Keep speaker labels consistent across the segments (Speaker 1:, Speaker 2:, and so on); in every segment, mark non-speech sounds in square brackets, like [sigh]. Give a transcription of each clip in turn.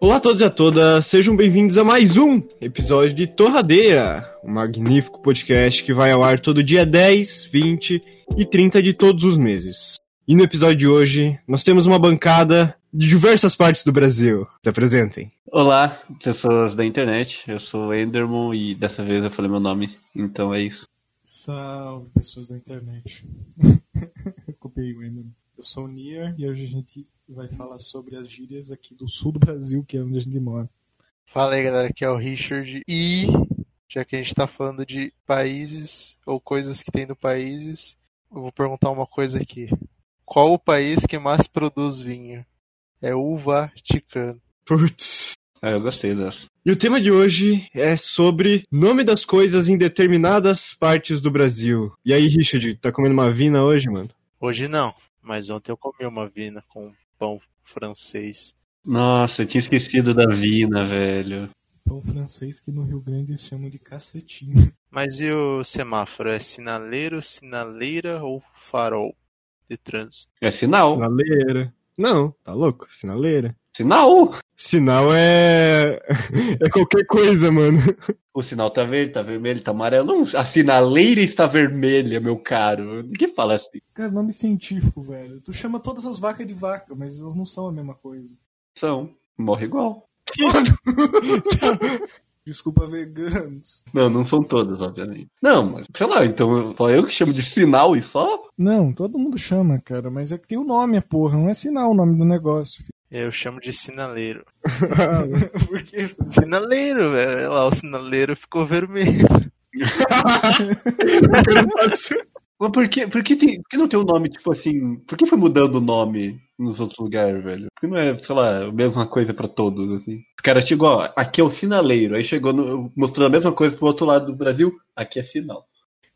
Speaker 1: Olá a todos e a todas, sejam bem-vindos a mais um episódio de Torradeira, um magnífico podcast que vai ao ar todo dia 10, 20 e 30 de todos os meses. E no episódio de hoje, nós temos uma bancada de diversas partes do Brasil. Se apresentem.
Speaker 2: Olá, pessoas da internet. Eu sou o Enderman e dessa vez eu falei meu nome, então é isso.
Speaker 3: Salve, pessoas da internet. [laughs] Eu copiei o Enderman. Eu sou o Nier e hoje a gente vai falar sobre as gírias aqui do sul do Brasil, que é onde a gente mora.
Speaker 4: Fala aí, galera, aqui é o Richard e já que a gente tá falando de países ou coisas que tem no países, eu vou perguntar uma coisa aqui. Qual o país que mais produz vinho? É o Vaticano.
Speaker 1: Putz.
Speaker 2: Ah, eu gostei dessa.
Speaker 1: E o tema de hoje é sobre nome das coisas em determinadas partes do Brasil. E aí, Richard, tá comendo uma vina hoje, mano?
Speaker 4: Hoje não, mas ontem eu comi uma vina com pão francês.
Speaker 2: Nossa, eu tinha esquecido da Vina, velho.
Speaker 3: Pão É um francês que no Rio Grande eles chamam de cacetinho. [laughs]
Speaker 4: Mas e o semáforo? É sinaleiro, sinaleira ou farol de trânsito?
Speaker 2: É sinal.
Speaker 1: Sinaleira. Não, tá louco? Sinaleira.
Speaker 2: Sinal!
Speaker 1: Sinal é. [laughs] é qualquer coisa, mano.
Speaker 2: O sinal tá verde, tá vermelho, tá amarelo. Não, a sinaleira está vermelha, meu caro. Ninguém fala assim.
Speaker 3: Cara, nome científico, velho. Tu chama todas as vacas de vaca, mas elas não são a mesma coisa.
Speaker 2: São. Morre igual.
Speaker 3: Desculpa, veganos.
Speaker 2: Não, não são todas, obviamente. Não, mas sei lá, então só eu que chamo de sinal e só?
Speaker 3: Não, todo mundo chama, cara, mas é que tem o nome, a porra. Não é sinal o nome do negócio. filho.
Speaker 4: Eu chamo de sinaleiro.
Speaker 3: [laughs] Por que isso?
Speaker 4: Sinaleiro, velho. Olha lá, o sinaleiro ficou vermelho. [laughs]
Speaker 2: Mas por que, por que, tem, por que não tem um nome, tipo assim. Por que foi mudando o nome nos outros lugares, velho? Por que não é, sei lá, a mesma coisa pra todos, assim? Os caras chegou, ó, aqui é o sinaleiro. Aí chegou no- mostrando a mesma coisa pro outro lado do Brasil, aqui é sinal.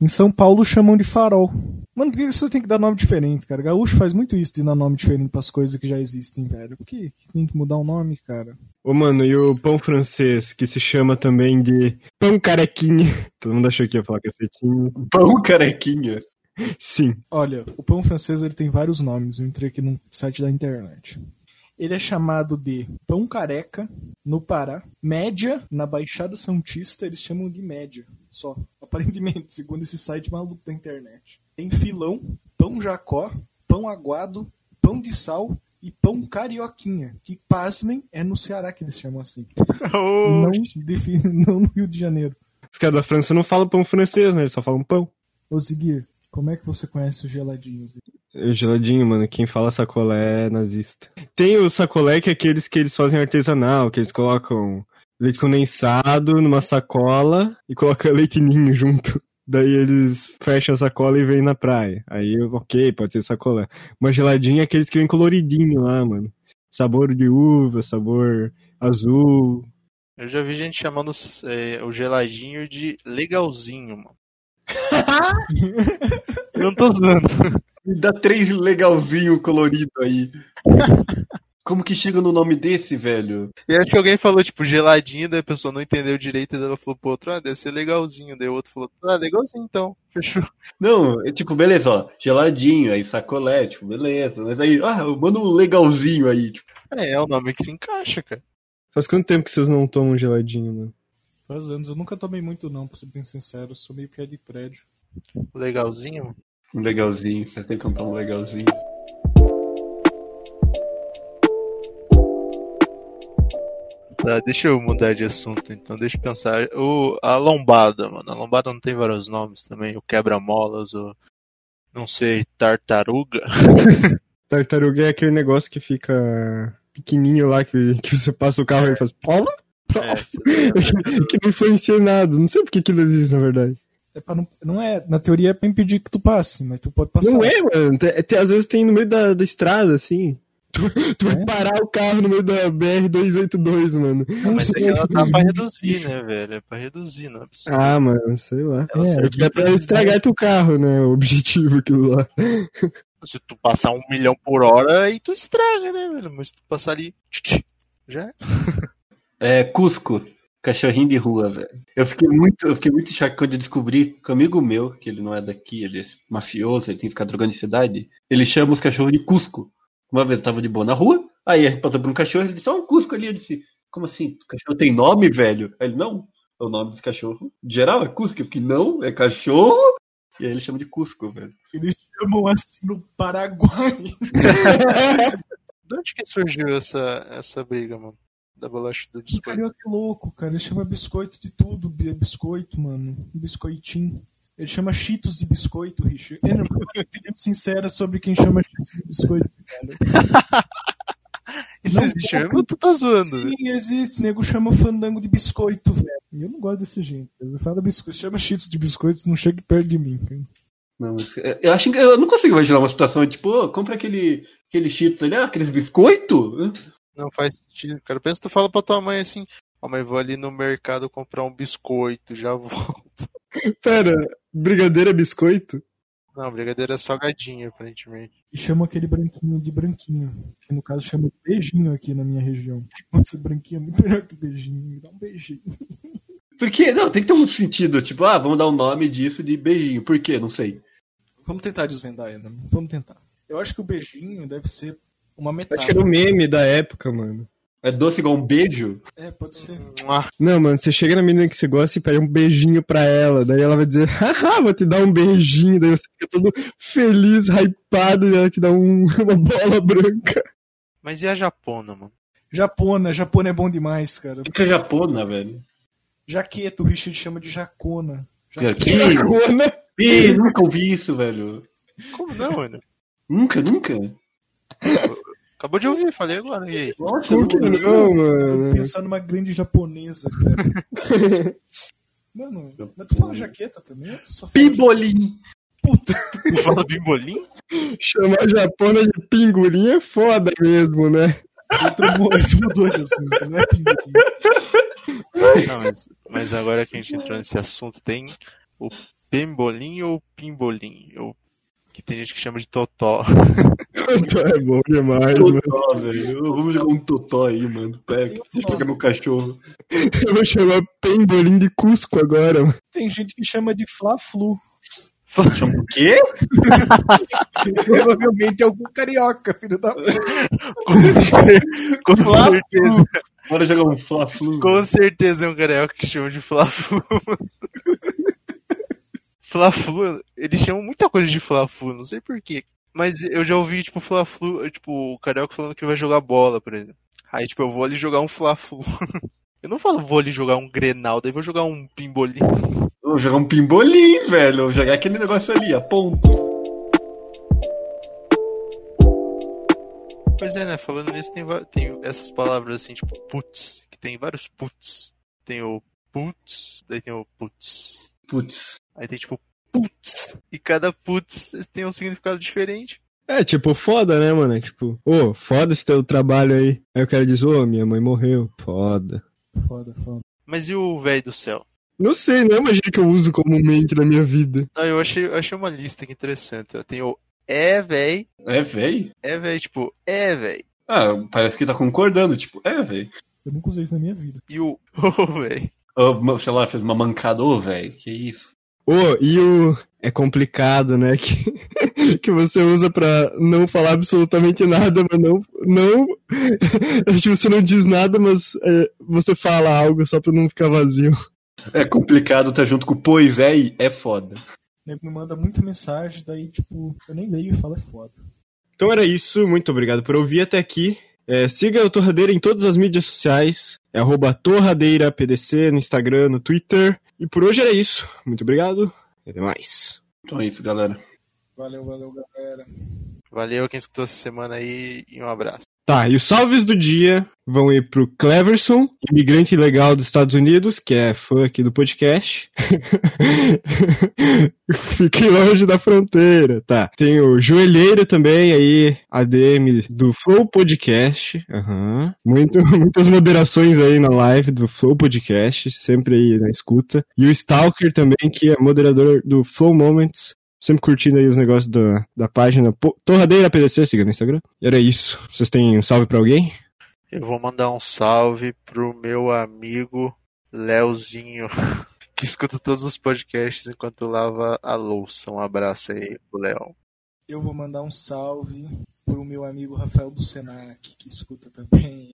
Speaker 3: Em São Paulo chamam de farol. Mano, por que você tem que dar nome diferente, cara? Gaúcho faz muito isso de dar nome diferente pras coisas que já existem, velho. Por que que tem que mudar o nome, cara?
Speaker 1: Ô, mano, e o pão francês, que se chama também de pão carequinha. Todo mundo achou que ia falar cacetinho.
Speaker 2: Pão [laughs] carequinha.
Speaker 1: Sim.
Speaker 3: Olha, o pão francês ele tem vários nomes. Eu entrei aqui num site da internet. Ele é chamado de pão careca no Pará, média na Baixada Santista eles chamam de média, só. Aparentemente, [laughs] segundo esse site maluco da internet. Tem filão, pão jacó, pão aguado, pão de sal e pão carioquinha, que pasmem é no Ceará que eles chamam assim. Não, defi- [laughs] não no Rio de Janeiro.
Speaker 1: Os caras da França não falam pão francês, né? Eles só falam pão.
Speaker 3: Ô Ziguir, como é que você conhece os geladinhos?
Speaker 1: É Geladinho, mano, quem fala sacolé é nazista. Tem o sacolé que é aqueles que eles fazem artesanal, que eles colocam leite condensado numa sacola e colocam [laughs] leite ninho junto. Daí eles fecham a sacola e vêm na praia. Aí, eu, ok, pode ser sacolé. Mas geladinho é aqueles que vem coloridinho lá, mano. Sabor de uva, sabor azul.
Speaker 4: Eu já vi gente chamando eh, o geladinho de legalzinho, mano. Eu não tô usando.
Speaker 2: Me dá três legalzinho colorido aí. Como que chega no nome desse, velho?
Speaker 4: E acho que alguém falou, tipo, geladinho, daí a pessoa não entendeu direito, daí ela falou pro outro, ah, deve ser legalzinho. Daí o outro falou, ah, legalzinho então. Fechou.
Speaker 2: Não, é tipo, beleza, ó, geladinho, aí sacolé, tipo, beleza. Mas aí, ah, manda um legalzinho aí, tipo.
Speaker 4: É, é o nome que se encaixa, cara.
Speaker 1: Faz quanto tempo que vocês não tomam geladinho, mano?
Speaker 3: Faz anos, eu nunca tomei muito não, pra ser bem sincero, eu sou meio pé de prédio.
Speaker 4: Legalzinho, mano.
Speaker 2: Um legalzinho, você tem que cantar um legalzinho.
Speaker 4: Tá, deixa eu mudar de assunto, então, deixa eu pensar. O, a lombada, mano. A lombada não tem vários nomes também. O quebra-molas, o. Não sei, tartaruga.
Speaker 1: Tartaruga é aquele negócio que fica pequenininho lá, que, [laughs] que você passa o carro e faz... Pola?
Speaker 4: [laughs] É,
Speaker 1: que não influencia em nada. Não sei porque aquilo existe, na verdade.
Speaker 3: É pra não, não é, na teoria é pra impedir que tu passe, mas tu pode passar.
Speaker 1: Não é, mano. Te- te- às vezes tem no meio da, da estrada, assim. [laughs] Tu, tu vai
Speaker 3: É?
Speaker 1: parar o carro no meio da BR-282, mano.
Speaker 4: mas é que ela tá pra reduzir, né, velho? É pra reduzir, não é possível.
Speaker 1: Ah, mano, sei lá.
Speaker 4: Ela
Speaker 3: é,
Speaker 1: É
Speaker 4: serve
Speaker 1: que é pra estragar teu carro, né? O objetivo aquilo lá. [laughs]
Speaker 4: Se tu passar um milhão por hora, aí tu estraga, né, velho? Mas se tu passar ali. tchutch, Já é.
Speaker 2: É, Cusco, cachorrinho de rua, velho. Eu fiquei muito, eu fiquei muito chato quando eu descobri que um amigo meu, que ele não é daqui, ele é mafioso, ele tem que ficar drogando de cidade, ele chama os cachorros de Cusco. Uma vez eu tava de boa na rua, aí a gente passou por um cachorro, ele disse, ó, um Cusco ali, eu disse, como assim? O cachorro tem nome, velho? Aí ele, não, é o nome desse cachorro. De geral é Cusco. Eu fiquei, não, é cachorro? E aí ele chama de Cusco, velho.
Speaker 3: Eles chamam assim no Paraguai.
Speaker 4: De onde que surgiu essa, essa briga, mano? Da bolacha do
Speaker 3: O
Speaker 4: biscoito.
Speaker 3: carioca é louco, cara. Ele chama biscoito de tudo. bi- Biscoito, mano. Biscoitinho. Ele chama Cheetos de biscoito, Richard. Eu não tenho uma opinião sincera sobre quem chama Cheetos de biscoito, cara.
Speaker 4: Isso
Speaker 3: Não,
Speaker 4: existe mesmo ou tu tá zoando? velho?
Speaker 3: Sim, existe. Nego chama fandango de biscoito, velho. E eu não gosto desse jeito. Eu falo biscoito. Chama Cheetos de biscoito, não chega perto de mim, cara.
Speaker 2: Não, mas, é, eu acho que eu não consigo imaginar uma situação tipo, ô, compra aquele, aquele Cheetos ali, ah, aqueles biscoito?
Speaker 4: Não faz sentido, cara. Pensa que tu fala pra tua mãe assim, ó, mãe, vou ali no mercado comprar um biscoito, já volto.
Speaker 1: Pera, brigadeiro é biscoito?
Speaker 4: [laughs] Não, brigadeiro é salgadinho, aparentemente.
Speaker 3: E chama aquele branquinho de branquinho. Que no caso chama de beijinho aqui na minha região. [laughs] Nossa, branquinho é muito melhor que beijinho. Me dá um beijinho.
Speaker 2: Porque, não, tem que ter um sentido, tipo, ah, vamos dar o nome disso de beijinho. Por quê? Não sei.
Speaker 3: Vamos tentar desvendar ainda. Vamos tentar. Eu acho que o beijinho deve ser uma
Speaker 1: Eu
Speaker 3: metáfora.
Speaker 1: Acho que era o meme da época, mano.
Speaker 2: É doce igual um beijo?
Speaker 3: É, pode ser.
Speaker 4: Mua.
Speaker 1: Não, mano, você chega na menina que você gosta e pede um beijinho pra ela. Daí ela vai dizer, [laughs] haha, vou te dar um beijinho. Daí você fica todo feliz, hypado, e ela te dá um- [laughs] uma bola branca.
Speaker 4: Mas e a japona, mano?
Speaker 3: Japona, Japona é bom demais, cara.
Speaker 2: Fica japona, velho.
Speaker 3: Jaqueta, o Richard chama de jacona.
Speaker 2: Que?
Speaker 1: Dragona.
Speaker 2: Ih, nunca ouvi isso, velho.
Speaker 4: Como não, mano?
Speaker 2: Nunca, nunca.
Speaker 4: Acabou de ouvir, falei agora. E aí?
Speaker 2: Nossa,
Speaker 1: Por que né?
Speaker 2: nunca.
Speaker 1: não,
Speaker 3: Eu vou
Speaker 1: mano?
Speaker 3: pensar numa grande japonesa, cara.
Speaker 1: [laughs]
Speaker 3: Mano, mas tu fala jaqueta também? Tu só fala
Speaker 2: Pibolim.
Speaker 3: [laughs]
Speaker 4: Tu fala bimbolim?
Speaker 1: Chamar a Japona de pingulinha é foda mesmo, [laughs] né?
Speaker 3: jaqueta, tu mu- tu mudou de assunto, não é pinguim.
Speaker 4: Não, mas, mas agora que a gente entrou nesse assunto, tem o pembolim ou pimbolim? Ou, que tem gente que chama de totó. [laughs]
Speaker 1: É bom demais, mano.
Speaker 2: Totó, velho. Vamos jogar um totó aí, mano. Pega, deixa eu pegar meu cachorro.
Speaker 1: Eu vou chamar Pembolim de Cusco agora, mano.
Speaker 3: Tem gente que chama de fla-flu.
Speaker 2: Chama o quê?
Speaker 3: Provavelmente é algum carioca, filho da puta.
Speaker 4: Com, cer- com certeza.
Speaker 2: Bora jogar um Fla-Flu.
Speaker 4: Com certeza é um carioca que chama de Fla-Flu. [laughs] Fla-Flu, eles chamam muita coisa de Fla-Flu, não sei porquê. Mas eu já ouvi, tipo, Fla-Flu, tipo, o carioca falando que vai jogar bola, por exemplo. Aí, tipo, eu vou ali jogar um Fla-Flu. [laughs] Eu não falo, vou ali jogar um Grenal, daí vou jogar um Pimbolim.
Speaker 2: Vamos jogar um pimbolim, velho. Vamos jogar aquele negócio ali, a ponto.
Speaker 4: Pois é, né? Falando nisso, tem, va- tem essas palavras assim, tipo, putz, que tem vários putz. Tem o putz, daí tem o putz.
Speaker 2: Putz.
Speaker 4: Aí tem tipo putz. E cada putz tem um significado diferente.
Speaker 1: É, tipo, foda, né, mano? É Tipo, ô, foda esse teu trabalho aí. Aí o cara diz, ô, minha mãe morreu. Foda.
Speaker 3: Foda, foda.
Speaker 4: Mas e o velho do céu?
Speaker 1: Não sei, não é uma gíria que eu uso comumente na minha vida.
Speaker 4: Ah, eu achei, eu achei uma lista aqui interessante. ó. Tem o é véi,
Speaker 2: É, velho?
Speaker 4: é véi, tipo, é véi.
Speaker 2: Ah, parece que tá concordando, tipo, é, velho.
Speaker 3: Eu nunca usei isso na minha vida.
Speaker 4: E o [laughs] ô véi.
Speaker 2: Oh, sei lá, fez uma mancada, ô, velho. Que isso?
Speaker 1: Ô, e o. É complicado, né? [laughs] Que, que você usa pra não falar absolutamente nada, mas não. não [laughs] acho que você não diz nada, mas é, você fala algo só pra não ficar vazio.
Speaker 2: É complicado tá junto com pois é e é foda.
Speaker 3: O nego me manda muita mensagem, daí, tipo, eu nem leio e falo, é foda.
Speaker 1: Então era isso, muito obrigado por ouvir até aqui. É, siga o Torradeira em todas as mídias sociais, é arroba torradeirapdc no Instagram, no Twitter. E por hoje era isso, muito obrigado e até mais.
Speaker 2: Então é isso, galera.
Speaker 3: Valeu, valeu, galera.
Speaker 4: Valeu quem escutou essa semana aí e um abraço.
Speaker 1: Tá, e os salves do dia vão ir pro Cleverson, imigrante ilegal dos Estados Unidos, que é fã aqui do podcast. [laughs] Fiquei longe da fronteira, tá. Tem o Joelheiro também, aí, ADM do Flow Podcast. Aham. Muito, [laughs] muitas moderações aí na live do Flow Podcast, sempre aí na escuta. E o Stalker também, que é moderador do Flow Moments. Sempre curtindo aí os negócios da, da página Po- Torradeira PDC, siga no Instagram. E era isso. Vocês têm um salve pra alguém?
Speaker 4: Eu vou mandar um salve pro meu amigo Leozinho, [laughs] que escuta todos os podcasts enquanto lava a louça. Um abraço aí pro Léo.
Speaker 3: Eu vou mandar um salve pro meu amigo Rafael do Senac, que escuta também.